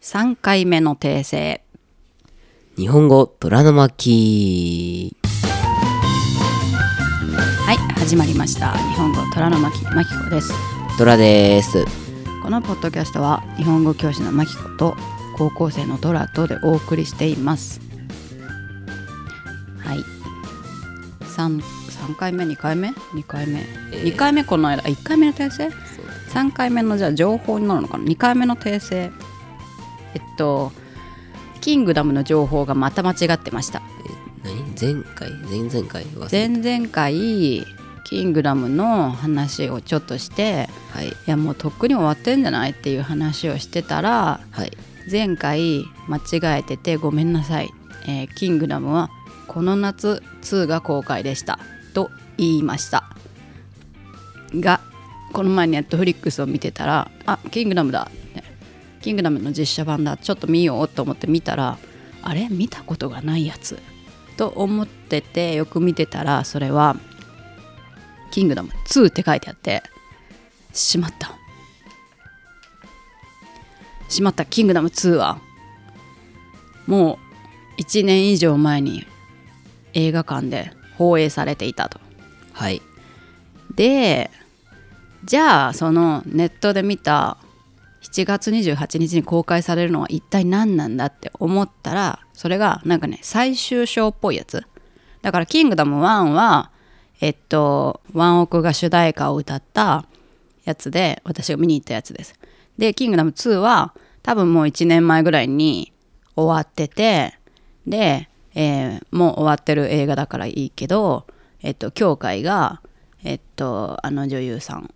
3回目の訂正日本語虎の巻はい始まりました日本語虎の巻巻子です虎ですこのポッドキャストは日本語教師の巻子と高校生の虎とでお送りしていますはい 3, 3回目2回目2回目、えー2回目この間1回目の訂正そう3回目のじゃあ情報になるのかな2回目の訂正えっとキングダムの情報がまた間違ってました何前回前々回忘れ前々回キングダムの話をちょっとしてはいいやもうとっくに終わってんじゃないっていう話をしてたらはい前回間違えててごめんなさい、えーキングダムはこの夏2が公開でしたと言いましたがこの前ネットフリックスを見てたらあキングダムだってキングダムの実写版だちょっと見ようと思って見たらあれ見たことがないやつと思っててよく見てたらそれは「キングダム2」って書いてあってしまったしまった「キングダム2」はもう1年以上前に映画館で放映されていたと。はいでじゃあそのネットで見た7月28日に公開されるのは一体何なんだって思ったらそれがなんかね最終章っぽいやつだから「キングダム1」はえっとワンオクが主題歌を歌ったやつで私が見に行ったやつですで「キングダム2」は多分もう1年前ぐらいに終わっててで、えーもう終わってる映画だからいいけどえっと教会がえっとあの女優さん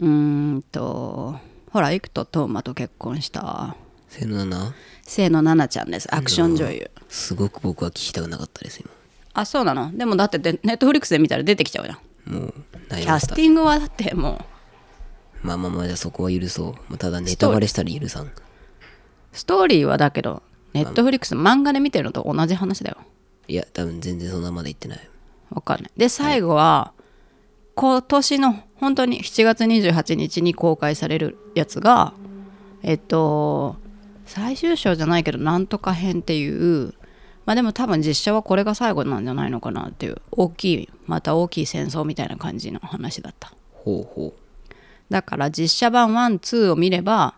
うーんとほら生田斗真と結婚したせのな清野菜名ちゃんですアクション女優すごく僕は聞きたくなかったですあそうなのでもだってでネットフリックスで見たら出てきちゃうじゃん今もうなりキまャしスたティングはだってもうまあまあまあじゃあそこは許そう、まあ、ただネタバレしたら許さんストーリーはだけどネットフリックス漫画で見てるのと同じ話だよいや多分全然そんなまで言ってないわかんないで最後は今年の本当に7月28日に公開されるやつがえっと最終章じゃないけどなんとか編っていうまあでも多分実写はこれが最後なんじゃないのかなっていう大きいまた大きい戦争みたいな感じの話だったほうほだから実写版12を見れば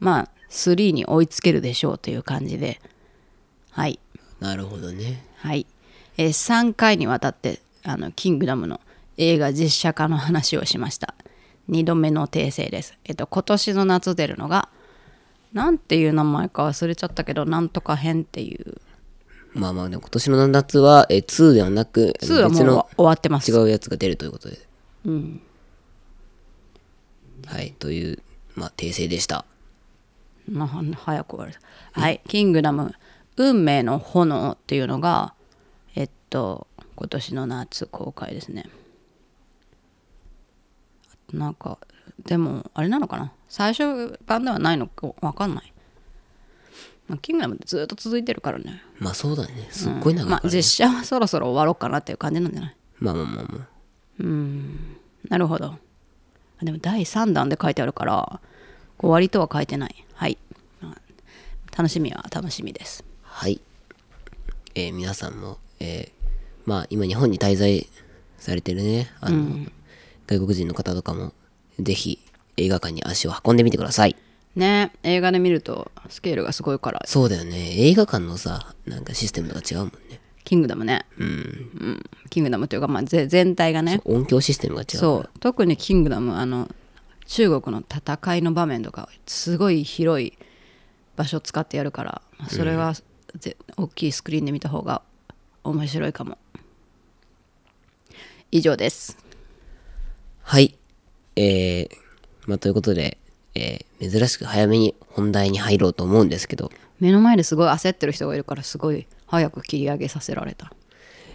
まあ3に追いつけるでしょうという感じではいうなるほどねはい、えー3回にわたってあの「キングダム」の映画実写化の話をしました2度目の訂正ですえっと今年の夏出るのがなんていう名前か忘れちゃったけどなんとか編っていうまあまあでも今年の夏はえー2ではなく2はも別のう終わってます違うやつが出るということでうん、はいというまあ訂正でしたまあ、早く終わるはい「キングダム運命の炎」っていうのがえっと今年の夏公開ですねなんかでもあれなのかな最初版ではないのかわかんない、まあ、キングダムってずっと続いてるからねまあそうだねすっごい長いかまら、あ実写はそろそろ終わろうかなっていう感じなんじゃないまあまあまあまあなるほどでも第3弾で書いてあるから終わりとは書いてないはいまあ楽しみは楽しみですはい、えー皆さんも、えーまあ今日本に滞在されてるねあの、外国人の方とかもぜひ映画館に足を運んでみてくださいね映画で見るとスケールがすごいからそうだよね映画館のさなんかシステムとか違うもんねキングダムね、うんうん、キングダムというか、まあ、ぜ全体がね音響システムが違うそう特にキングダムあの中国の戦いの場面とかすごい広い場所を使ってやるからまあそれは、ぜ大きいスクリーンで見た方が面白いかも以上ですはいえー、まあということで、えー珍しく早めに本題に入ろうと思うんですけど目の前ですごい焦ってる人がいるからすごい早く切り上げさせられた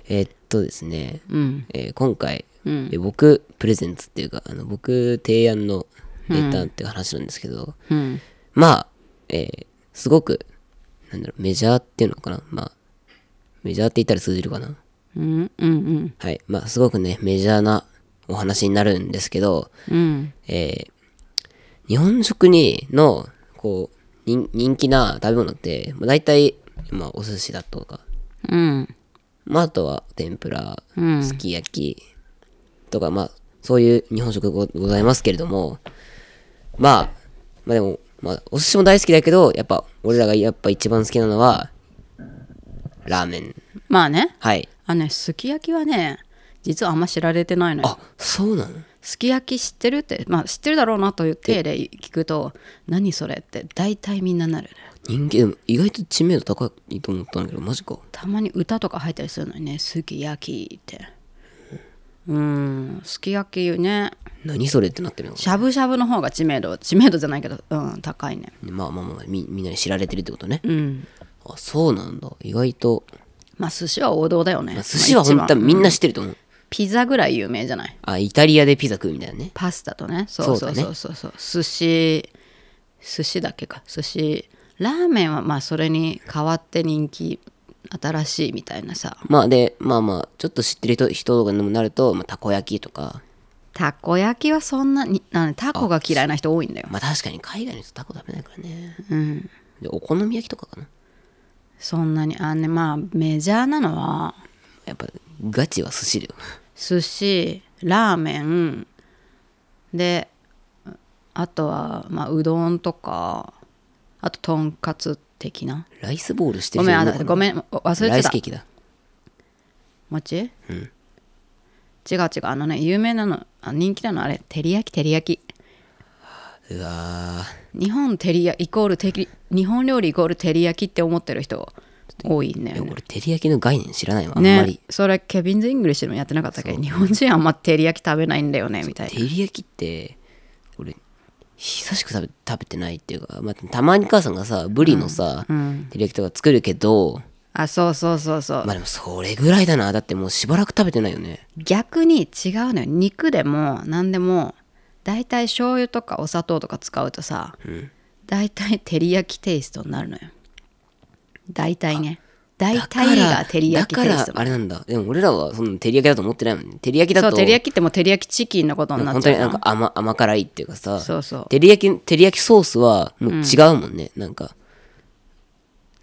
えーっとですね、うんえー今回、うんえー僕プレゼンツっていうかあの僕提案のネタっていう話なんですけど、うんまあ、えーすごくなんだろうメジャーっていうのかなまあメジャーって言ったら通じるかなうんうんはいまあすごくねメジャーなお話になるんですけど、うんうんえー日本食にのこう人人気な食べ物って、まあ、大体、まあ、お寿司だとか、うんまあ、あとは天ぷら、うんすき焼きとか、まあ、そういう日本食ごございますけれども、まあ、まあでも、まあ、お寿司も大好きだけど、やっぱ、俺らがやっぱ一番好きなのは、ラーメン。まあねはい。あのねすき焼きはね実はあんま知られてないのよあ、そうなのすき焼き知ってるってまあ知ってるだろうなという体で聞くと何それって大体みんななる人気、でも意外と知名度高いと思ったんだけど、マジか。たまに歌とか入ったりするのにねすき焼きってうんすき焼きね何それってなってるのかしゃぶしゃぶの方が知名度知名度じゃないけどうん高いねなまあまあまあみ、みんなに知られてるってことね。うんあ、そうなんだ。意外と。まあ寿司は王道だよね、まあ寿司まあは一本番当はみんな知ってると思う。ピザぐらい有名じゃないあ、イタリアでピザ食うみたいなね。パスタとねそうそそううだねそうそうそう寿司寿司だけか寿司ラーメンはまあそれに代わって人気新しいみたいなさまあで、まあまあ、ちょっと知ってる人人とかにもなると、まあ、たこ焼きとか、たこ焼きはそんなになんタコが嫌いな人多いんだよまあ確かに海外の人たこ食べないからね。うんで、お好み焼きとかかな。そんなにあのねまあメジャーなのはやっぱ、ガチは寿司だよ。寿司ラーメンであとは、まあ、うどんとかあととんかつ的なライスボールしてごるめん人いあるのかなごめんお忘ラれてイスたケーキだ。餅、違う違うあのね有名なのあ人気なのあれ照り焼き照り焼きうわー日本照り焼きイコール照り日本料理イコール照り焼きって思ってる人多いんだよでねも俺、照り焼きの概念知らないわ、あんまり。ねそれケビンズ・イングリッシュでもやってなかったっけど日本人あんま照り焼き食べないんだよねみたいな照り焼きって俺久しく食べ食べてないっていうか、まあ、たまに母さんがさブリのさ、照り焼きとか作るけどあそうそうそうそう、まあでもそれぐらいだなだってもうしばらく食べてないよね逆に違うのよ肉でも何でも大体醤油とかお砂糖とか使うとさ、大体照り焼きテイストになるのよ大体ね大だか体がら照り焼きテイだスかトらあれなんだでも俺らはその照り焼きだと思ってないもんね照り焼きだそとう照り焼きってもう照り焼きチキンのことになっ本ち当ゃうになんか甘甘辛いっていうかさそうそう照り焼き照り焼きソースはもう違うもんね、なんか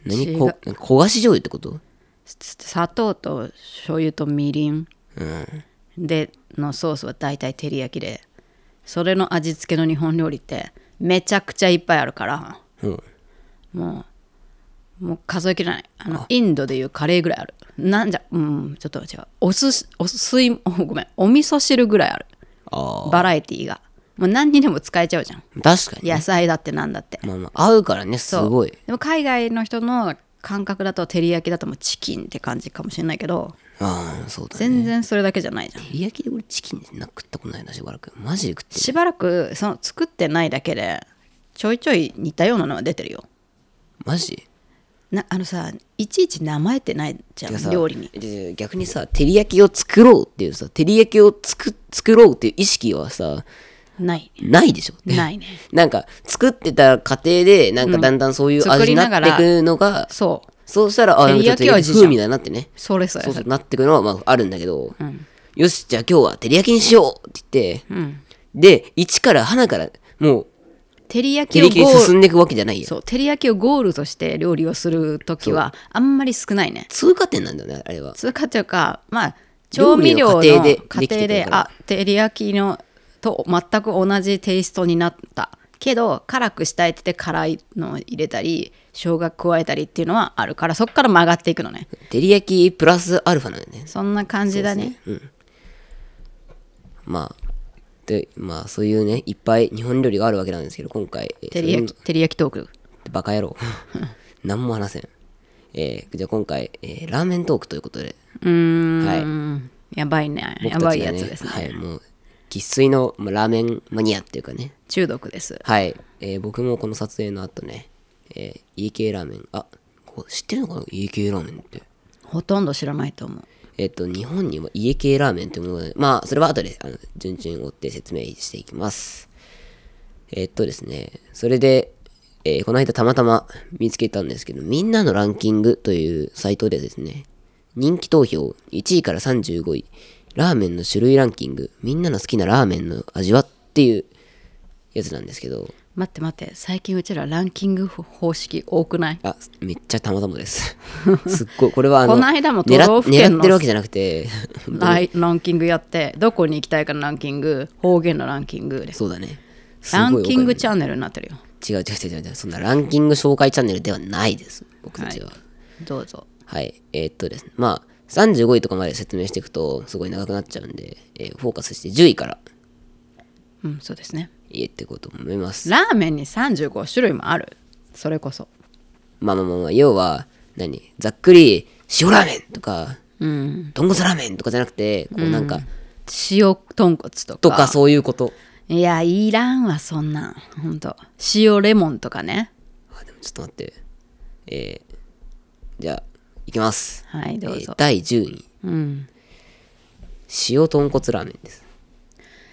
何違うこなんか焦がし醤油ってこと砂糖と醤油とみりんうんでのソースは大体照り焼きでそれの味付けの日本料理ってめちゃくちゃいっぱいあるからうんもうもう数えきれないあのインドでいうカレーぐらいあるなんじゃうんちょっと違うおすしおすいお ごめんお味噌汁ぐらいあるあバラエティーがもう何にでも使えちゃうじゃんあ確かに野菜だってなんだってまあまあ合うからねすそうごいでも海外の人の感覚だと照り焼きだともうチキンって感じかもしれないけどああそうだね全然それだけじゃないじゃん照り焼きで俺チキンでな食ったことないなしばらくマジで食ってるしばらくその作ってないだけでちょいちょい似たようなのは出てるよマジなあのさいちいち名前ってないじゃてかんさ料理にで逆にさ照り焼きを作ろうっていうさ照り焼きをつく作ろうっていう意識はさないないでしょないねなんか作ってた過程でなんかだんだんそういう味になってくのが,、そうそうしたらあ照りなん焼かちきょっと味じゃん風味だなってねそれそれそうそそれうなってくのはまああるんだけど、よしじゃあ今日は照り焼きにしようって言って、で一から花からもう照り焼照きりをゴ焼きにール進んでいくわけじゃないよそう照り焼きをゴールとして料理をする時はあんまり少ないね通過点なんだよねあれは通貨というかまあ調味料の料理家の過庭程でできてくるでからあ照り焼きのと全く同じテイストになったけど辛くしたいって言って辛いのを入れたり生姜加えたりっていうのはあるからそこから曲がっていくのね照り焼きプラスアルファなんだよねそんな感じだねまあでまあそういうねいっぱい日本料理があるわけなんですけど今回えー照り焼そき照り焼きトークういうのバカ野郎 何も話せんえー、じゃあ今回、えーラーメントークということでうーん、はいやばいね僕やたちがばねいやつですね、はいもう生粋の、まあ、ラーメンマニアっていうかね中毒ですはい、えー僕もこの撮影の後ね、えー、EK ラーメンあこう知ってるのかな EK ラーメンってほとんど知らないと思うえっと、日本には家系ラーメンというものが、まあ、それは後で、あの、順々追って説明していきます。えっとですね、それで、えーこの間たまたま見つけたんですけど、みんなのランキングというサイトでですね、人気投票1位から35位、ラーメンの種類ランキング、みんなの好きなラーメンの味はっていうやつなんですけど、待って待って最近うちらランキング方式多くないあ、めっちゃたまたまです。 すっごい、これはあの、この間も狙都道っ府県の狙ってるわけじゃな くて、ライランキングやってどこに行きたいかのランキング方言のランキングでそうだね。すラごいンお金キングチャンネルになってるよ違う違う違う違う。そんなランキング紹介チャンネルではないです。僕たちは。どうぞはい。えーっとですね。まあ、35位とかまで説明していくと、すごい長くなっちゃうんで、えーフォーカスして10位からうんそうですね言っていこうと思います。ラーメンに35種類もあるそれこそまあまあまあまあ、要は、何ざっくり、塩ラーメンとか、うん豚骨ラーメンとかじゃなくて、こうなんか、塩豚骨とかとかそういうこと。いやいらんわそんなんほんと塩レモンとかねあ、でもちょっと待って。えー、じゃあ、いきます。はいどうえーぞ、第10位。うん塩豚骨ラーメンです。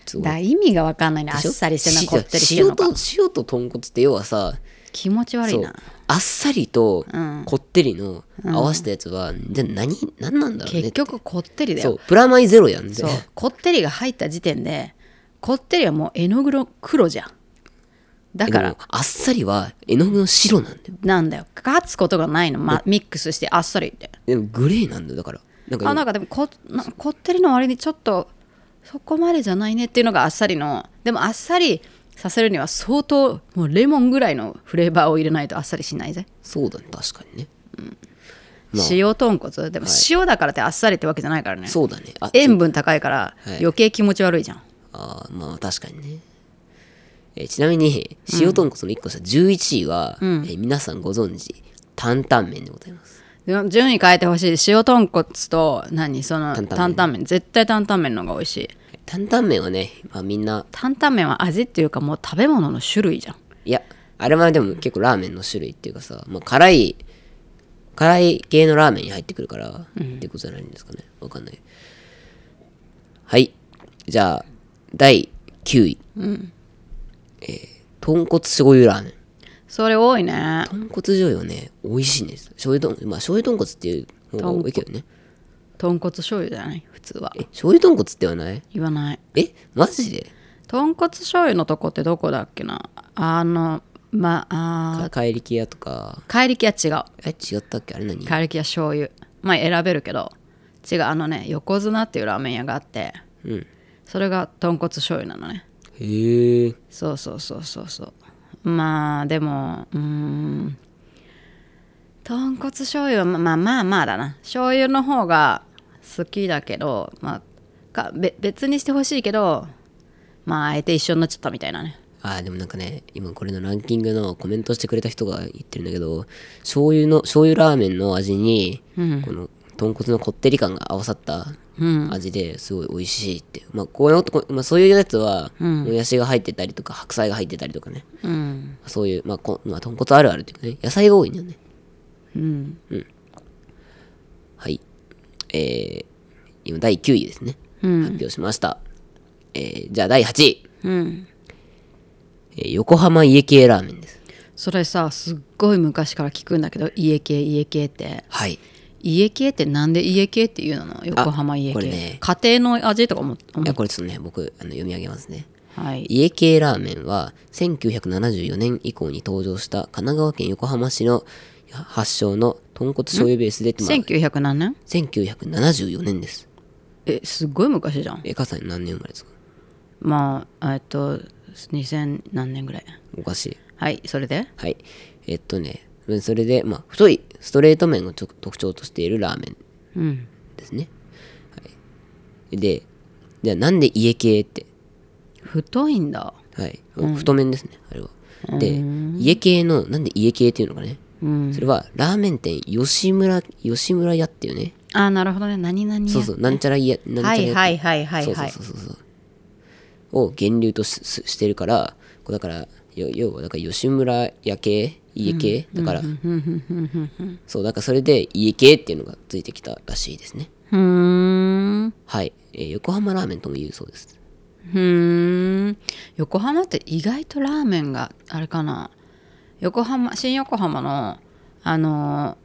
すごいだ意味がわかんないねあっでょさりしてしなこってりしてる塩のとか塩と豚骨って要はさ気持ち悪いそうなあっさりとうんこってりの合わせたやつは、じゃあ何何なんだろうねって結局こってりだそようプラマイゼロやんでそうこってりが入った時点でこってりはもう絵の具の黒じゃんだだかかららあっさりは絵の具の白なんだよなんだよ勝つことがないの、ま、ミックスしてあっさりってでもグレーなんだよだからなんかあなんかでもこなこってりの割にちょっとそこまでじゃないねっていうのがあっさりのでもあっさりさせるには相当もうレモンぐらいのフレーバーを入れないとあっさりしないぜ、そうだね確かにね、まあ塩豚骨でも塩だからってあっさりってわけじゃないからねそうだねあ塩分高いからい余計気持ち悪いじゃん、あーまあ確かにねえーちなみに塩豚骨の1個下11位は、えー皆さんご存知担々麺でございますで順位変えてほしい塩豚骨と何その担々麺担々麺絶対担々麺の方が美味しい担々麺はね、まあ、みんな担々麺は味っていうかもう食べ物の種類じゃんいや、あれはでも結構ラーメンの種類っていうかさ、まあ、辛い、辛い系のラーメンに入ってくるから、ってことじゃないんですかね。わかんない。はい。じゃあ、第9位。えー豚骨醤油ラーメン。それ多いね豚骨醤油はね、美味しいんです。醤油豚、まあ醤油豚骨っていう方が多いけどね。豚骨醤油じゃない普通はえ、醤油豚骨って言わない言わないえ、マジで豚骨醤油のとこってどこだっけなあのまああか怪力屋とか。ー怪力は違うえ、違ったっけあれ何怪力は醤油まあ選べるけど違うあのね横綱っていうラーメン屋があってうん。へそれが豚骨醤油なのねえ。そうそうそうそうそうまあでもうーん豚骨醤油はままあまあまあだな醤油の方が好きだけどまあかべ別にしてほしいけどまああえて一緒になっちゃったみたいなねあーでもなんかね今これのランキングのコメントしてくれた人が言ってるんだけど醤油の醤油ラーメンの味に、この豚骨のこってり感が合わさった味ですごい美味しいって、まあこういうことこうまあ、そういうやつは、もやしが入ってたりとか白菜が入ってたりとかねうんそういう、まあこまあ、豚骨あるあるっていうかね野菜が多いんだよねうんはいえー、今第9位ですね、うん発表しましたえー、じゃあ第8位、うんえー横浜家系ラーメンですそれさすっごい昔から聞くんだけど家系家系ってはい家系ってなんで家系っていうのなの横浜家こ系、れね家庭の味とかも思いうやこれちょっとね僕あの読み上げますねはい家系ラーメンは1974年以降に登場した神奈川県横浜市の発祥の豚骨醤油ベースで、まあ、 1900何年1974年です。えすっごい昔じゃんえ、母さん何年生まれですかまあえっと2000何年ぐらいおかしい。はいそれではい。えっとね、それで、まあ、太いストレート麺をちょ特徴としているラーメンうんですね。はい、で、じゃあなんで家系って。太いんだはい。太麺ですね、あれは。で、家系の、なんで家系っていうのかね。うんそれはラーメン店吉村吉村屋っていうねあなるほどね何々そうそうなんちゃら屋なんちゃらは屋っていはいはいはいそうそはういそうそうそうを源流としししてるからこうだからよ要はだから吉村屋系家系、だから、そうだからそれで家系っていうのがついてきたらしいですねふーんはい、えー横浜ラーメンとも言うそうですふーん横浜って意外とラーメンがあれかな横浜新横浜のあの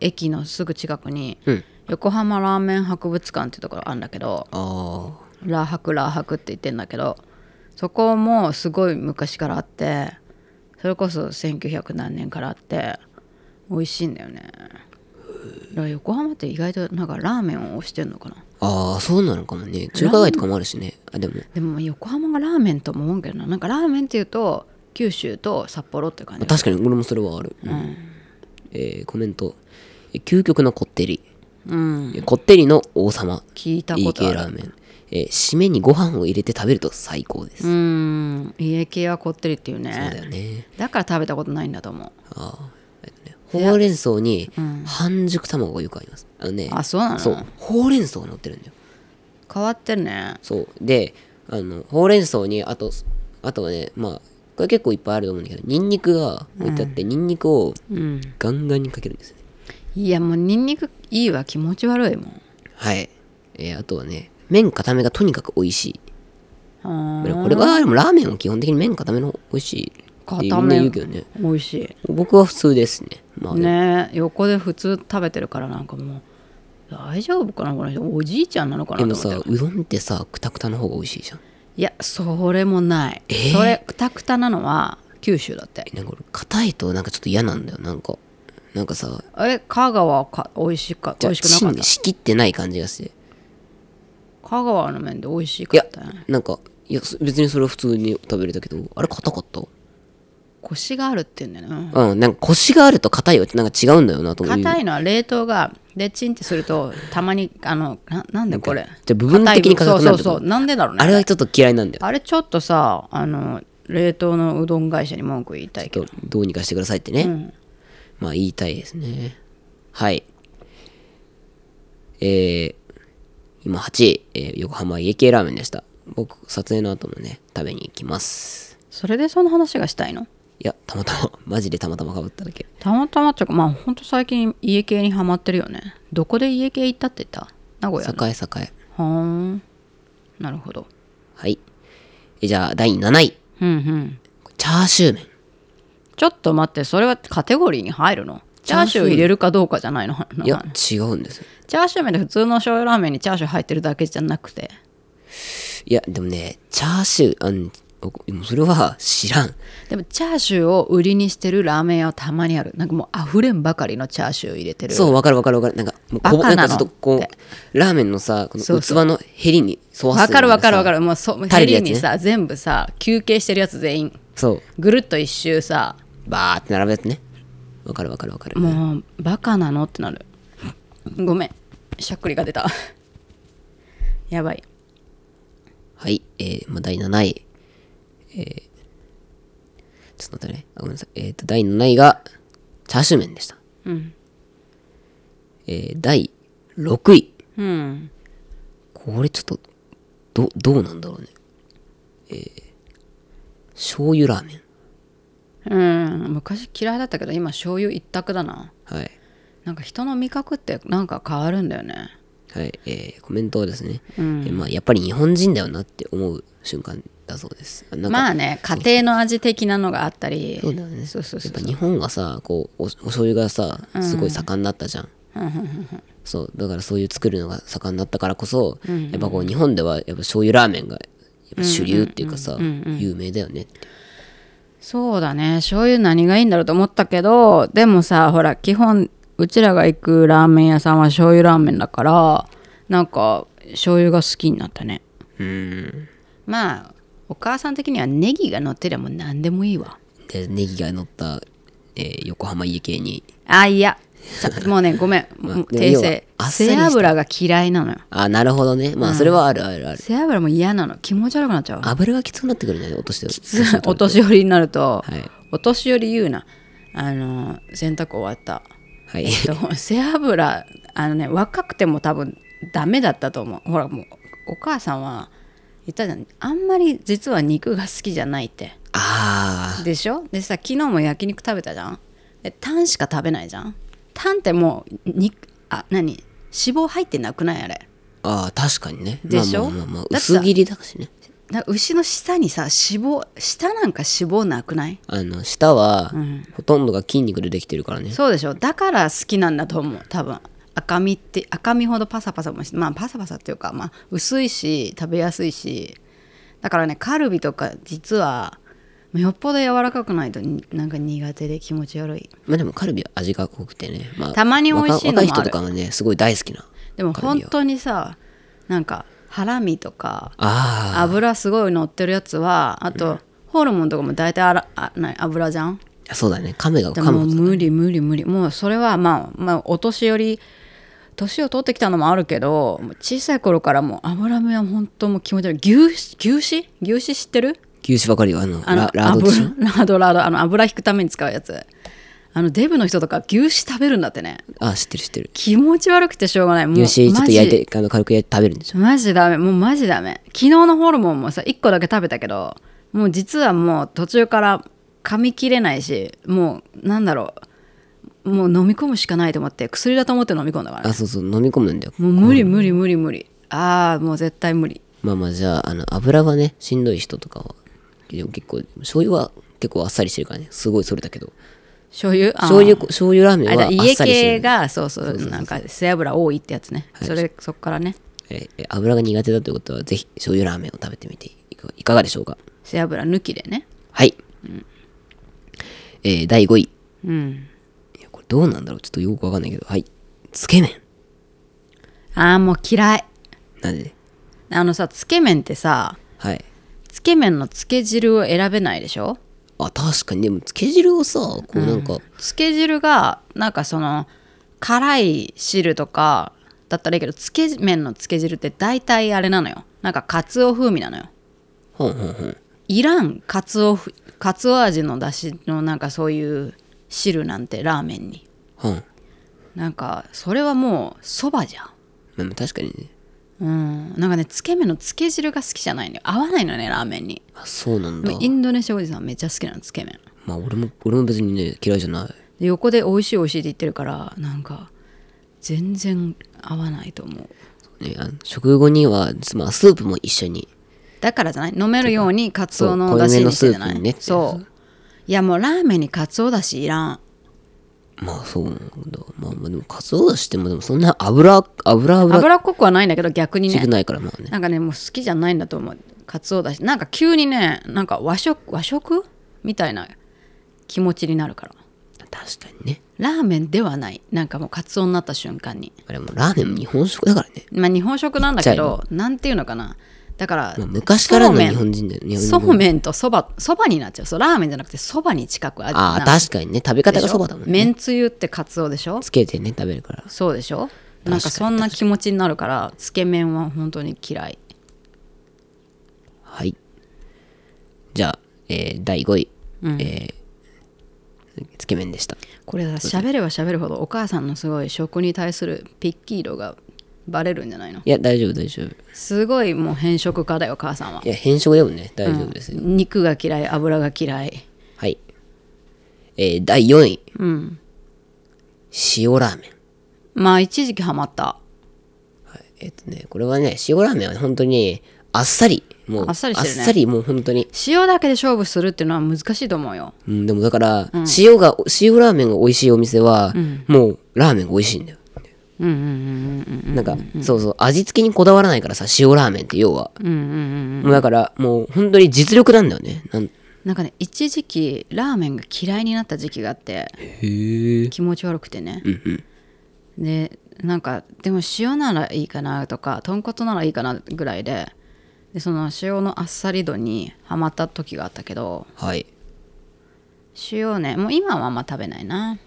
ー駅のすぐ近くに、うん横浜ラーメン博物館ってところあるんだけどああラーハクラーハクって言ってんだけどそこもすごい昔からあってそれこそ1900何年からあって美味しいんだよねだから横浜って意外となんかラーメンを推してんのかなああ、そうなのかもね。中華街とかもあるしね。あ、でも、でも横浜がラーメンとも思うけどななんかラーメンっていうと九州と札幌って感じ確かに俺もそれはある。うんえーコメント。え究極のこってり。うんえこってりの王様。聞いた家ことあ系るラーメン。えー締めにご飯を入れて食べると最高です。うそん家系はこってりっていうねうだよね。だから食べたことないんだと思うああ。えっとねほうれん草にうん半熟卵がよくあります。あのね、あそうなのそう。ほうれん草が乗ってるんだよ。変わってるねそう。で、あの、ほうれん草に、あと、あとはね、まあ、これ結構いっぱいあると思うんだけど、ニンニクが置いてあって、ニンニクをうんガンガンにかけるんですね。いやもうニンニクいいわ気持ち悪いもんはい。えーあとはね、麺固めがとにかく美味しい。あーこれが、でもラーメンは基本的に麺固めの方が美味しいってみんな言うけどね。美味しい僕は普通ですね。まあ、ね、ね横で普通食べてるからなんかもう大丈夫かなこの人おじいちゃんなのかでなもと思さっ、てうどんってさ、くたくたの方が美味しいじゃん。いやそれもない、ーそれくたくたなのは九州だってなんか俺、硬いとなんかちょっと嫌なんだよ。なんか、なんかさ、え香川か美味しいか美味しくなかった仕切ってない感じがして。香川の麺で美味しいかやったね、なんか、いや、そ別にそれは普通に食べれたけど、あれ硬かったコシがあるって言うんだよねうん、なんか腰があると硬いよってなんか違うんだよなと思う。硬いのは冷凍がでチンってするとたまにあのななんでこれじゃあ部分的に硬くなるそうそうそうなんでだろうねあれはちょっと嫌いなんだよ。あれちょっとさあの冷凍のうどん会社に文句言いたいけどどうどうにかしてくださいってね。んまあ言いたいですね。はい。えー、今8位、えー横浜家系ラーメンでした。僕、撮影の後もね、食べに行きます。それでその話がしたいのいや、たまたま、 マジでたまたまかぶっただけ。たまたまっていうかまあほんと最近家系にはまってるよねどこで家系行ったって言った名古屋の栄栄。はーんなるほどはい。えじゃあ、第7位。うんうんチャーシュー麺。ちょっと待ってそれはカテゴリーに入るのチャーシュー入れるかどうかじゃないのいや、違うんですよ。チャーシュー麺で普通の醤油ラーメンにチャーシュー入ってるだけじゃなくていや、でもね、チャーシュー、あんおでもそれは知らん。でもチャーシューを売りにしてるラーメン屋はたまにあるなんかもう溢れんばかりのチャーシュー入れてるそう、わかるわかるわかる。なんか、もうバカぼなのんかちょっとこう、ラーメンのさ、このそう器のヘリに沿わすわかるわかるわかるみもうそう垂ヘれるやリつねにさ、全部さ休憩してるやつ全員たいなさ。ぐるっと一周さそう。バーって並ぶやつね。わかるわかるわかる。もうバカなのってなるごめんしゃっくりが出た やばいはい。えー、まあ、第7位。えー、ちょっと待ってね。あごめんなさい。えっ、と、第7位が、チャーシュー麺でした。うんえー、第6位。うんこれちょっと、ど、どうなんだろうね。えー、醤油ラーメン。うん昔嫌いだったけど今醤油一択だなはい。なんか人の味覚ってなんか変わるんだよねはい、えーコメントはですね、うんえーまあ、やっぱり日本人だよなって思う瞬間だそうです。なんかまあね家庭の味的なのがあったりそうだよねそうそうそやうっぱ日本がさこうおお醤油がさすごい盛んになったじゃん。そうだからそういう作るのが盛んになったからこそ、やっぱこう日本ではやっぱ醤油ラーメンがやっぱ主流っていうかさ、有名だよねってそうだね醤油何がいいんだろうと思ったけどでもさほら基本うちらが行くラーメン屋さんは醤油ラーメンだからなんか醤油が好きになったねうーんまあお母さん的にはネギが乗ってりゃもう何でもいいわでネギが乗った、えー横浜家系にあいやさもうねごめん、 まあもうでも訂要は正あっさりし背た脂が嫌いなのよあなるほどねまあそれはあるあるある、背脂も嫌なの気持ち悪くなっちゃうわ油がきつくなってくるんだよねお年寄り お年寄りになると、はいお年寄り言うなあの洗濯終わったはいえっと背脂あのね若くても多分ダメだったと思うほらもうお母さんは言ったじゃんあんまり実は肉が好きじゃないってああでしょでさ昨日も焼肉食べたじゃんでタンしか食べないじゃんタンってもう肉あ何脂肪入ってなくないあれああ確かにねでしょまあまあまあまあだってさ薄切りだしねな牛の下にさ脂肪下なんか脂肪なくないあの舌は、ほとんどが筋肉でできてるからねそうでしょだから好きなんだと思う多分赤身って赤身ほどパサパサもしまあパサパサっていうか、まあ、薄いし食べやすいしだからねカルビとか実はよっぽど柔らかくないとになんか苦手で気持ち悪いまあでもカルビは味が濃くてね、まあ、たまに美味しいのもある若若い人とかがねすごい大好きなでもカル本ビは当にさなんかハラミとかあ油すごい乗ってるやつはあと、ホルモンとかも大体あらあな油じゃんあそうだね亀がで噛もむう無理無理無理もうそれはまあまあお年寄り年を取ってきたのもあるけどもう小さい頃からもう油目は本当もう気持ち悪い牛脂牛脂牛脂知ってる牛脂ばかりはあのあのララードでしょ油 ラードラードあの油引くために使うやつあのデブの人とか牛脂食べるんだってねあ知ってる知ってる気持ち悪くてしょうがないもう牛脂ちょっマとジ焼いてあの軽く焼いて食べるんでしょマジダメもうマジダメ昨日のホルモンもさ1個だけ食べたけどもう実はもう途中から噛み切れないしもうなんだろうもう飲み込むしかないと思って薬だと思って飲み込んだからねあそうそう飲み込むんだよもう無理無理無理無理ああもう絶対無理まあまあじゃああの油がねしんどい人とかはでも結構醤油は結構あっさりしてるからねすごいそれだけど醤油あー醤油醤油ラーメンあはだあっ家さりして系る、ねがそうそうなんか背脂多いってやつね、それそっからねええ油が苦手だということはぜひ醤油ラーメンを食べてみていかいかがでしょうか背脂抜きでねはい、えー第5位いうんやこれどうなんだろうちょっとよくわかんないけどはいつけ麺ああもう嫌いなんでねあのさつけ麺ってさはいつけ麺のつけ汁を選べないでしょあ確かにでもつけ汁をさこうなんか、つけ汁がなんかその辛い汁とかだったらいいけどつけ麺のつけ汁って大体あれなのよなんかかつお風味なのよほんほんほんいらんかつおふかつお味のだしのなんかそういう汁なんてラーメンにほんなんかそれはもうそばじゃんまあまあ確かにねうんなんかねつけ麺のつけ汁が好きじゃないのよ合わないのよねラーメンにあそうなんだインドネシアおじさんめっちゃ好きなのつけ麺まあ俺も俺も別にね嫌いじゃないで横で美味しい美味しいって言ってるからなんか全然合わないと思うね、あの食後には、つまあ、スープも一緒に。だからじゃない飲めるようにカツオそのうだしにしてじゃ濃いめなのスープにねいそういやもうラーメンにカツオだしいらんまあそうなんだ。まあまあでも、かつおだしっても、でもそんな油、油油脂っこくはないんだけど逆にしくねないから、まあね。なんかねもう好きじゃないんだと思うカツオだしなんか急にねなんか和食和食みたいな気持ちになるから確かにね。ラーメンではないなんかもうカツオになった瞬間にあれもラーメンも日本食だからね。まあ日本食なんだけどなんていうのかなだからまあ、昔からそうのめん日本人だよね。日そ本人うめんとそばそばになっちゃうそうラーメンじゃなくてそばに近くあああ、な確かにね。食べ方がそばだもんね。めんつゆってカツオでしょつけてね、食べるから。そうでしょなんかそんな気持ちになるからつけ麺は本当に嫌いはい。じゃあ、えー第5位。えーつけ麺でした。これ喋れば喋るほどお母さんのすごい食に対するピッキー度がバレるんじゃないのいや、大丈夫、大丈夫。いすごいもう偏食家だよ母さんはや、変色でもね、大丈夫ですよ。肉が嫌い油が嫌いはい。えー第4位。塩ラーメン。まあ一時期ハマったえっとね、これはね、塩ラーメンはね本当に、あっさり。もう、あっさりしてるねあっさりもう本当に。塩だけで勝負するっていうのは難しいと思うようん、でもだから、塩が、塩ラーメンが美味しいお店は、もう、ラーメンが美味しいんだよ。うんうんうんうんなんか、そうそう、味付けにこだわらないからさ、塩ラーメンって要は。うんうんうんもうだから、もう本当に実力なんだよね。なんなんかね一時期ラーメンが嫌いになった時期があってへえ。気持ち悪くてねうんうん。でなんかでも塩ならいいかなとか豚骨ならいいかなぐらいででその塩のあっさり度にはまった時があったけどはい。塩ねもう今はあんま食べないな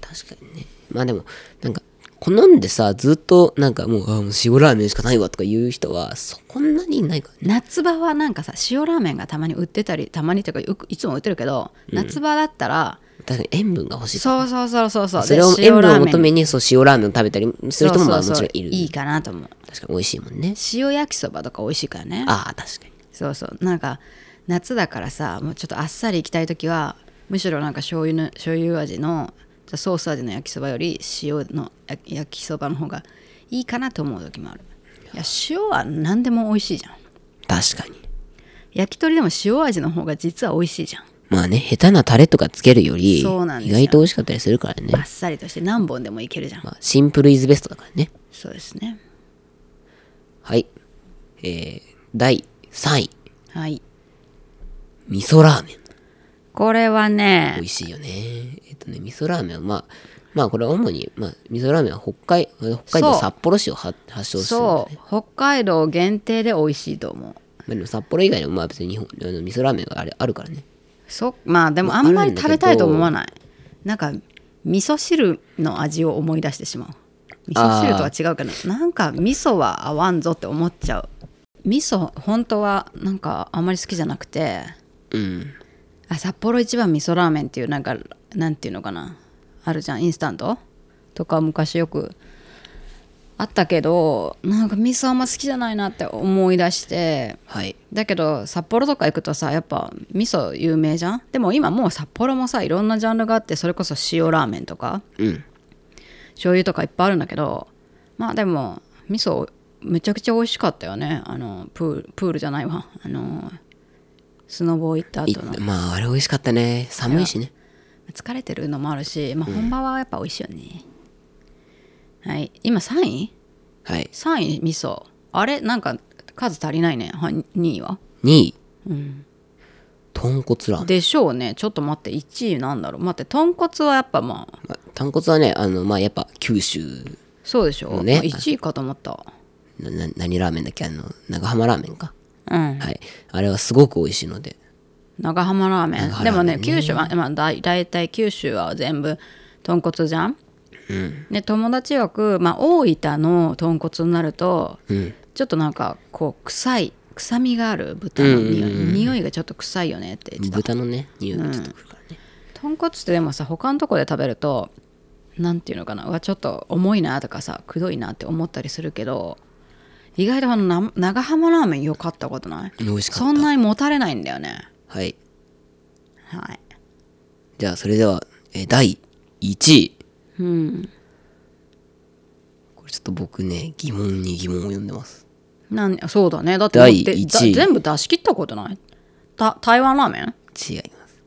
確かにね。まあでも、なんか、好んでさ、ずっと、なんかもう、あーもう塩ラーメンしかないわとか言う人は、そんなにいないからね。夏場はなんかさ塩ラーメンがたまに売ってたりたまにっていうかよくいつも売ってるけど、夏場だったら確かに塩分が欲しい。そうそうそうそうそうそれをで塩分をに求めにそう塩ラーメンを食べたりする人もまあもそうちそろうんいるいいかなと思う確かに美味しいもんね塩焼きそばとか美味しいからねああ確かにそうそうなんか夏だからさもうちょっとあっさりいきたい時はむしろなんか醤油の醤油味のじゃあソース味の焼きそばより塩のや焼きそばの方がいいかなと思う時もあるいや塩は何でも美味しいじゃん確かに焼き鳥でも塩味の方が実は美味しいじゃんまあね下手なタレとかつけるより意そうなんですよ外と美味しかったりするからあねっ、さりとして何本でもいけるじゃんまあ、シンプルイズベストだからねそうですねはいえー、第3位はい味噌ラーメンこれはね美味しいよね。えっとね、味噌ラーメンは、まあ、まあこれは主に、まあ、味噌ラーメンは北海北海道そう札幌市をは発祥してるんだそね。う北海道限定で美味しいと思うまあ、でも札幌以外でも、まあ別に日本、あの味噌ラーメンがあれあるからね。そまあでもまああんまあるんりだけど食べたいと思わないなんか味噌汁の味を思い出してしまう味噌汁とは違うけどなんか味噌は合わんぞって思っちゃう味噌本当はなんかあんまり好きじゃなくてうん。あ札幌一番味噌ラーメンっていうなんかなんていうのかなあるじゃんインスタントとか昔よくあったけどなんか味噌あんま好きじゃないなって思い出してはい。だけど札幌とか行くとさやっぱ味噌有名じゃんでも今もう札幌もさいろんなジャンルがあってそれこそ塩ラーメンとかうん。醤油とかいっぱいあるんだけどまあでも味噌めちゃくちゃ美味しかったよねあのプールプールじゃないわあのスノボー行ったい後のまあ、あれ美味しかったね。寒いしね。疲れてるのもあるし、まあ、本場はやっぱ美味しいよね、はい今3位はい。 ?3 位味噌あれなんか数足りないねは2位は2位。豚骨ラーメン。でしょうねちょっと待って1位なんだろう待って豚骨はやっぱまあまあ、豚骨はね、あの、まあやっぱ九州そうでしょう、ね、ね1位かと思ったなな何ラーメンだっけあの長浜ラーメンか、うんはいあれはすごく美味しいので長浜ラーメン長浜でもラーメンねね九州は、まあ、だい大体九州は全部豚骨じゃん、で友達曰く、まあ、大分の豚骨になると、うんちょっとなんかこう臭い臭みがある豚の匂い、匂いがちょっと臭いよねって言ってた豚のね匂いがちょっとくるからね、豚骨ってでもさ他のとこで食べるとなんていうのかなうわちょっと重いなとかさくどいなって思ったりするけど意外とあのな長浜ラーメン良かったことない美味しかったそんなにもたれないんだよねはいはいじゃあそれでは、えー第1位うんこれちょっと僕ね疑問に疑問を読んでますなんそうだねだってもう第で一だ位全部出し切ったことないた台湾ラーメン違います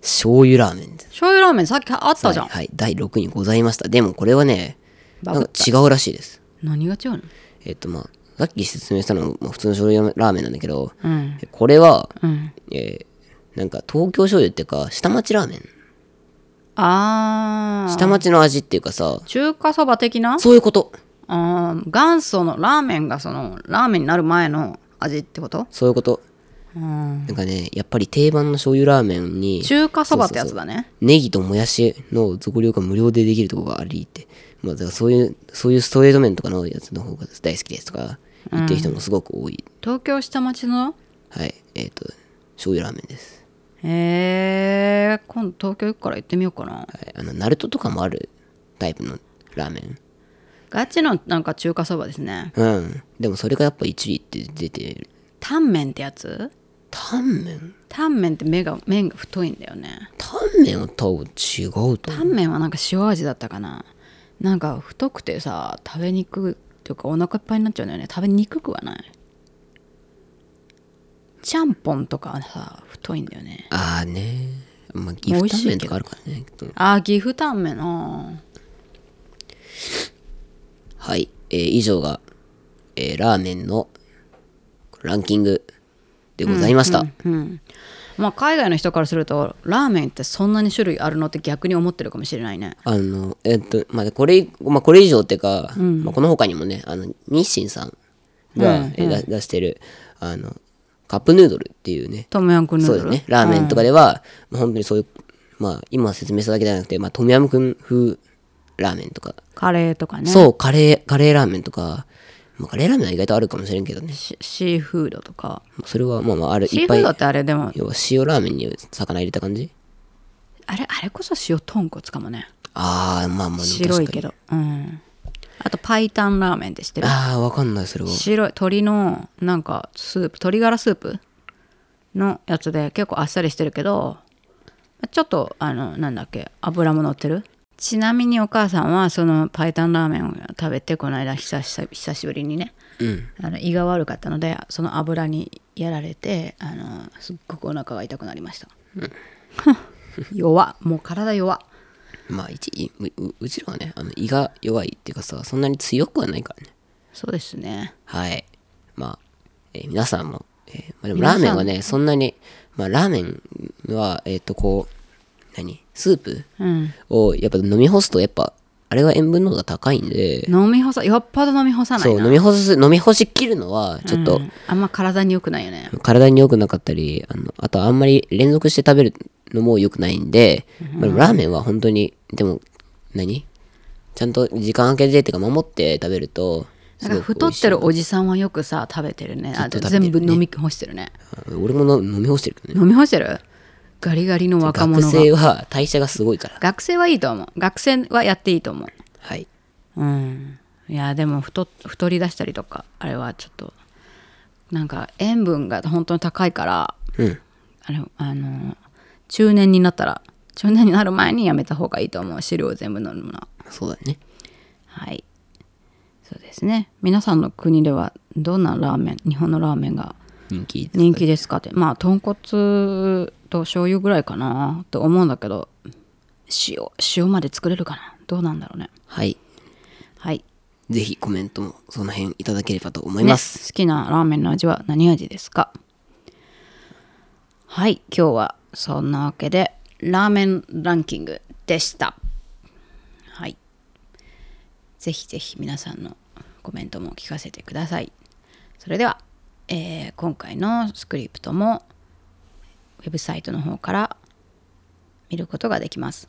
醤油ラーメンです醤油ラーメンさっきあったじゃん、はい、はい第6位にございましたでもこれはねバなブんっか違うらしいです何が違うのえっ、とまあさっき説明したのもまあ普通の醤油ラーメンなんだけど、うんこれは、うんえーなんか東京醤油っていうか下町ラーメンあー下町の味っていうかさ中華そば的なそういうことあー元祖のラーメンがそのラーメンになる前の味ってことそういうことうんなんかねやっぱり定番の醤油ラーメンに中華そばってやつだねネギともやしの増量が無料でできるとこがありって、まあ、だからそういうそういうストレート麺とかのやつの方が大好きですとか言ってる人もすごく多い、東京下町のはいえっ、と醤油ラーメンです、へえ今度東京行くから行ってみようかなはい、あのナルトとかもあるタイプのラーメンガチのなんか中華そばですねうんでもそれがやっぱ一位って出てるタンメンってやつタンメンタンメンって目が麺が太いんだよねタンメンは多分違うと思うタンメンはなんか塩味だったかななんか太くてさ食べにくいっていうかお腹いっぱいになっちゃうんだよね食べにくくはないちゃんぽんとかはさ太いんだよねああねまあ岐まあ美阜味タしいンメけどンとかあるからねうんあー岐阜タンメンあーはい、えー以上が、えーラーメンのランキングでございました、うんまあ海外の人からするとラーメンってそんなに種類あるのって逆に思ってるかもしれないねあのえっとまあこれ,、まあ、これ以上っていうか、まあ、この他にもねあの日清さんが、えーだ出してるあのカップヌードルっていうねトムヤムクンヌーそドうルだねラーメンとかでは、まあ本当にそういうまあ今説明しただけじゃなくて、まあ、トムヤムクン風ラーメンとか、カレーとかねそうカレーカレーラーメンとか、まあ、カレーラーメンは意外とあるかもしれんけどねシシーフードとかそれはまあまああるシいーっフぱーいドってあれでも要は塩ラーメンに魚入れた感じあれあれこそ塩豚骨かもねああまあまあでも白い確かけにどうんあと白湯ラーメンって知ってるああわかんないそれは白い鶏のなんかスープ鶏ガラスープのやつで結構あっさりしてるけどちょっとあのなんだっけ油も乗ってるちなみにお母さんはその白湯ラーメンを食べてこの間久し久しぶりにねうんあの胃が悪かったのでその油にやられてあのすっごくお腹が痛くなりました、 弱っもう体弱っまあ一位うううちらはねあの胃が弱いっていうかさそんなに強くはないからねそうですねはいまあ、えー皆さんもえーまあ、でもラーメンはね、そんなに、まあ、ラーメンは、えっ、と、こう、何スープうん、を、やっぱ飲み干すと、やっぱ、あれは塩分濃度が高いんで、飲み干さよっぽど飲み干さないそう、な飲み干す、飲み干しきるのは、ちょっうと、んあんま体に良くないよね体に良くなかったり、あの、あとあんまり連続して食べるのも良くないんで、まあでもラーメンは本当に、でも、何ちゃんと時間空けてっていうか守って食べると、なすんかごく太ってるおじさんはよくさ食べてるねあずっと食べて全る部飲み干してるね俺もの飲み干してるけどね。飲み干してるガリガリの若者が学学生生は代謝がすごいから。はいいと思う学生はやっていいと思はい。ううんいやでも太っ太り出したりとかあれはちょっとなんか塩分が本当に高いからうん。あれあの中年になったら中年になる前にやめた方がいいと思う汁を全部飲むのはそうだね。はいそうですね皆さんの国ではどんなラーメン日本のラーメンが人気。人気ですかってまあ豚骨と醤油ぐらいかなと思うんだけど塩塩まで作れるかなどうなんだろうねはい。はいぜひコメントもその辺いただければと思いね、ま好す。きなラーメンの味は何味ですかはい今日はそんなわけでラーメンランキングでしたはいぜひぜひ皆さんのコメントも聞かせてくださいそれでは、えー今回のスクリプトもウェブサイトの方から見ることができます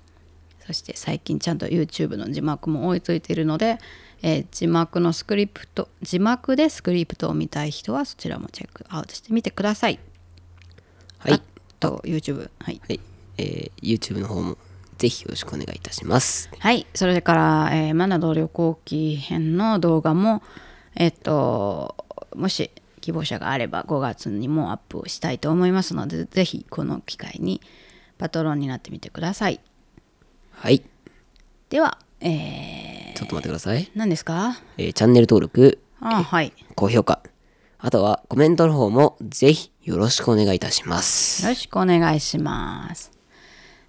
そして最近ちゃんと YouTube の字幕も追いついているので、えー字幕のスクリプト字幕でスクリプトを見たい人はそちらもチェックアウトしてみてくださいはい。あと YouTube はいはい。えー、YouTube の方もぜひよろしくお願いいたします。はい、それから、えーマナド旅行記編の動画も、えっと、もし希望者があれば5月にもアップをしたいと思いますので、ぜひこの機会にパトロンになってみてください。はい。では、えーちょっと待ってください。何ですかえー、チャンネル登録、あはい。高評価、あとはコメントの方もぜひよろしくお願いいたします。よろしくお願いします。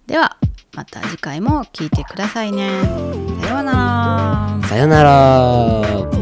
では、また次回も聞いてくださいね。さようなら。さよなら。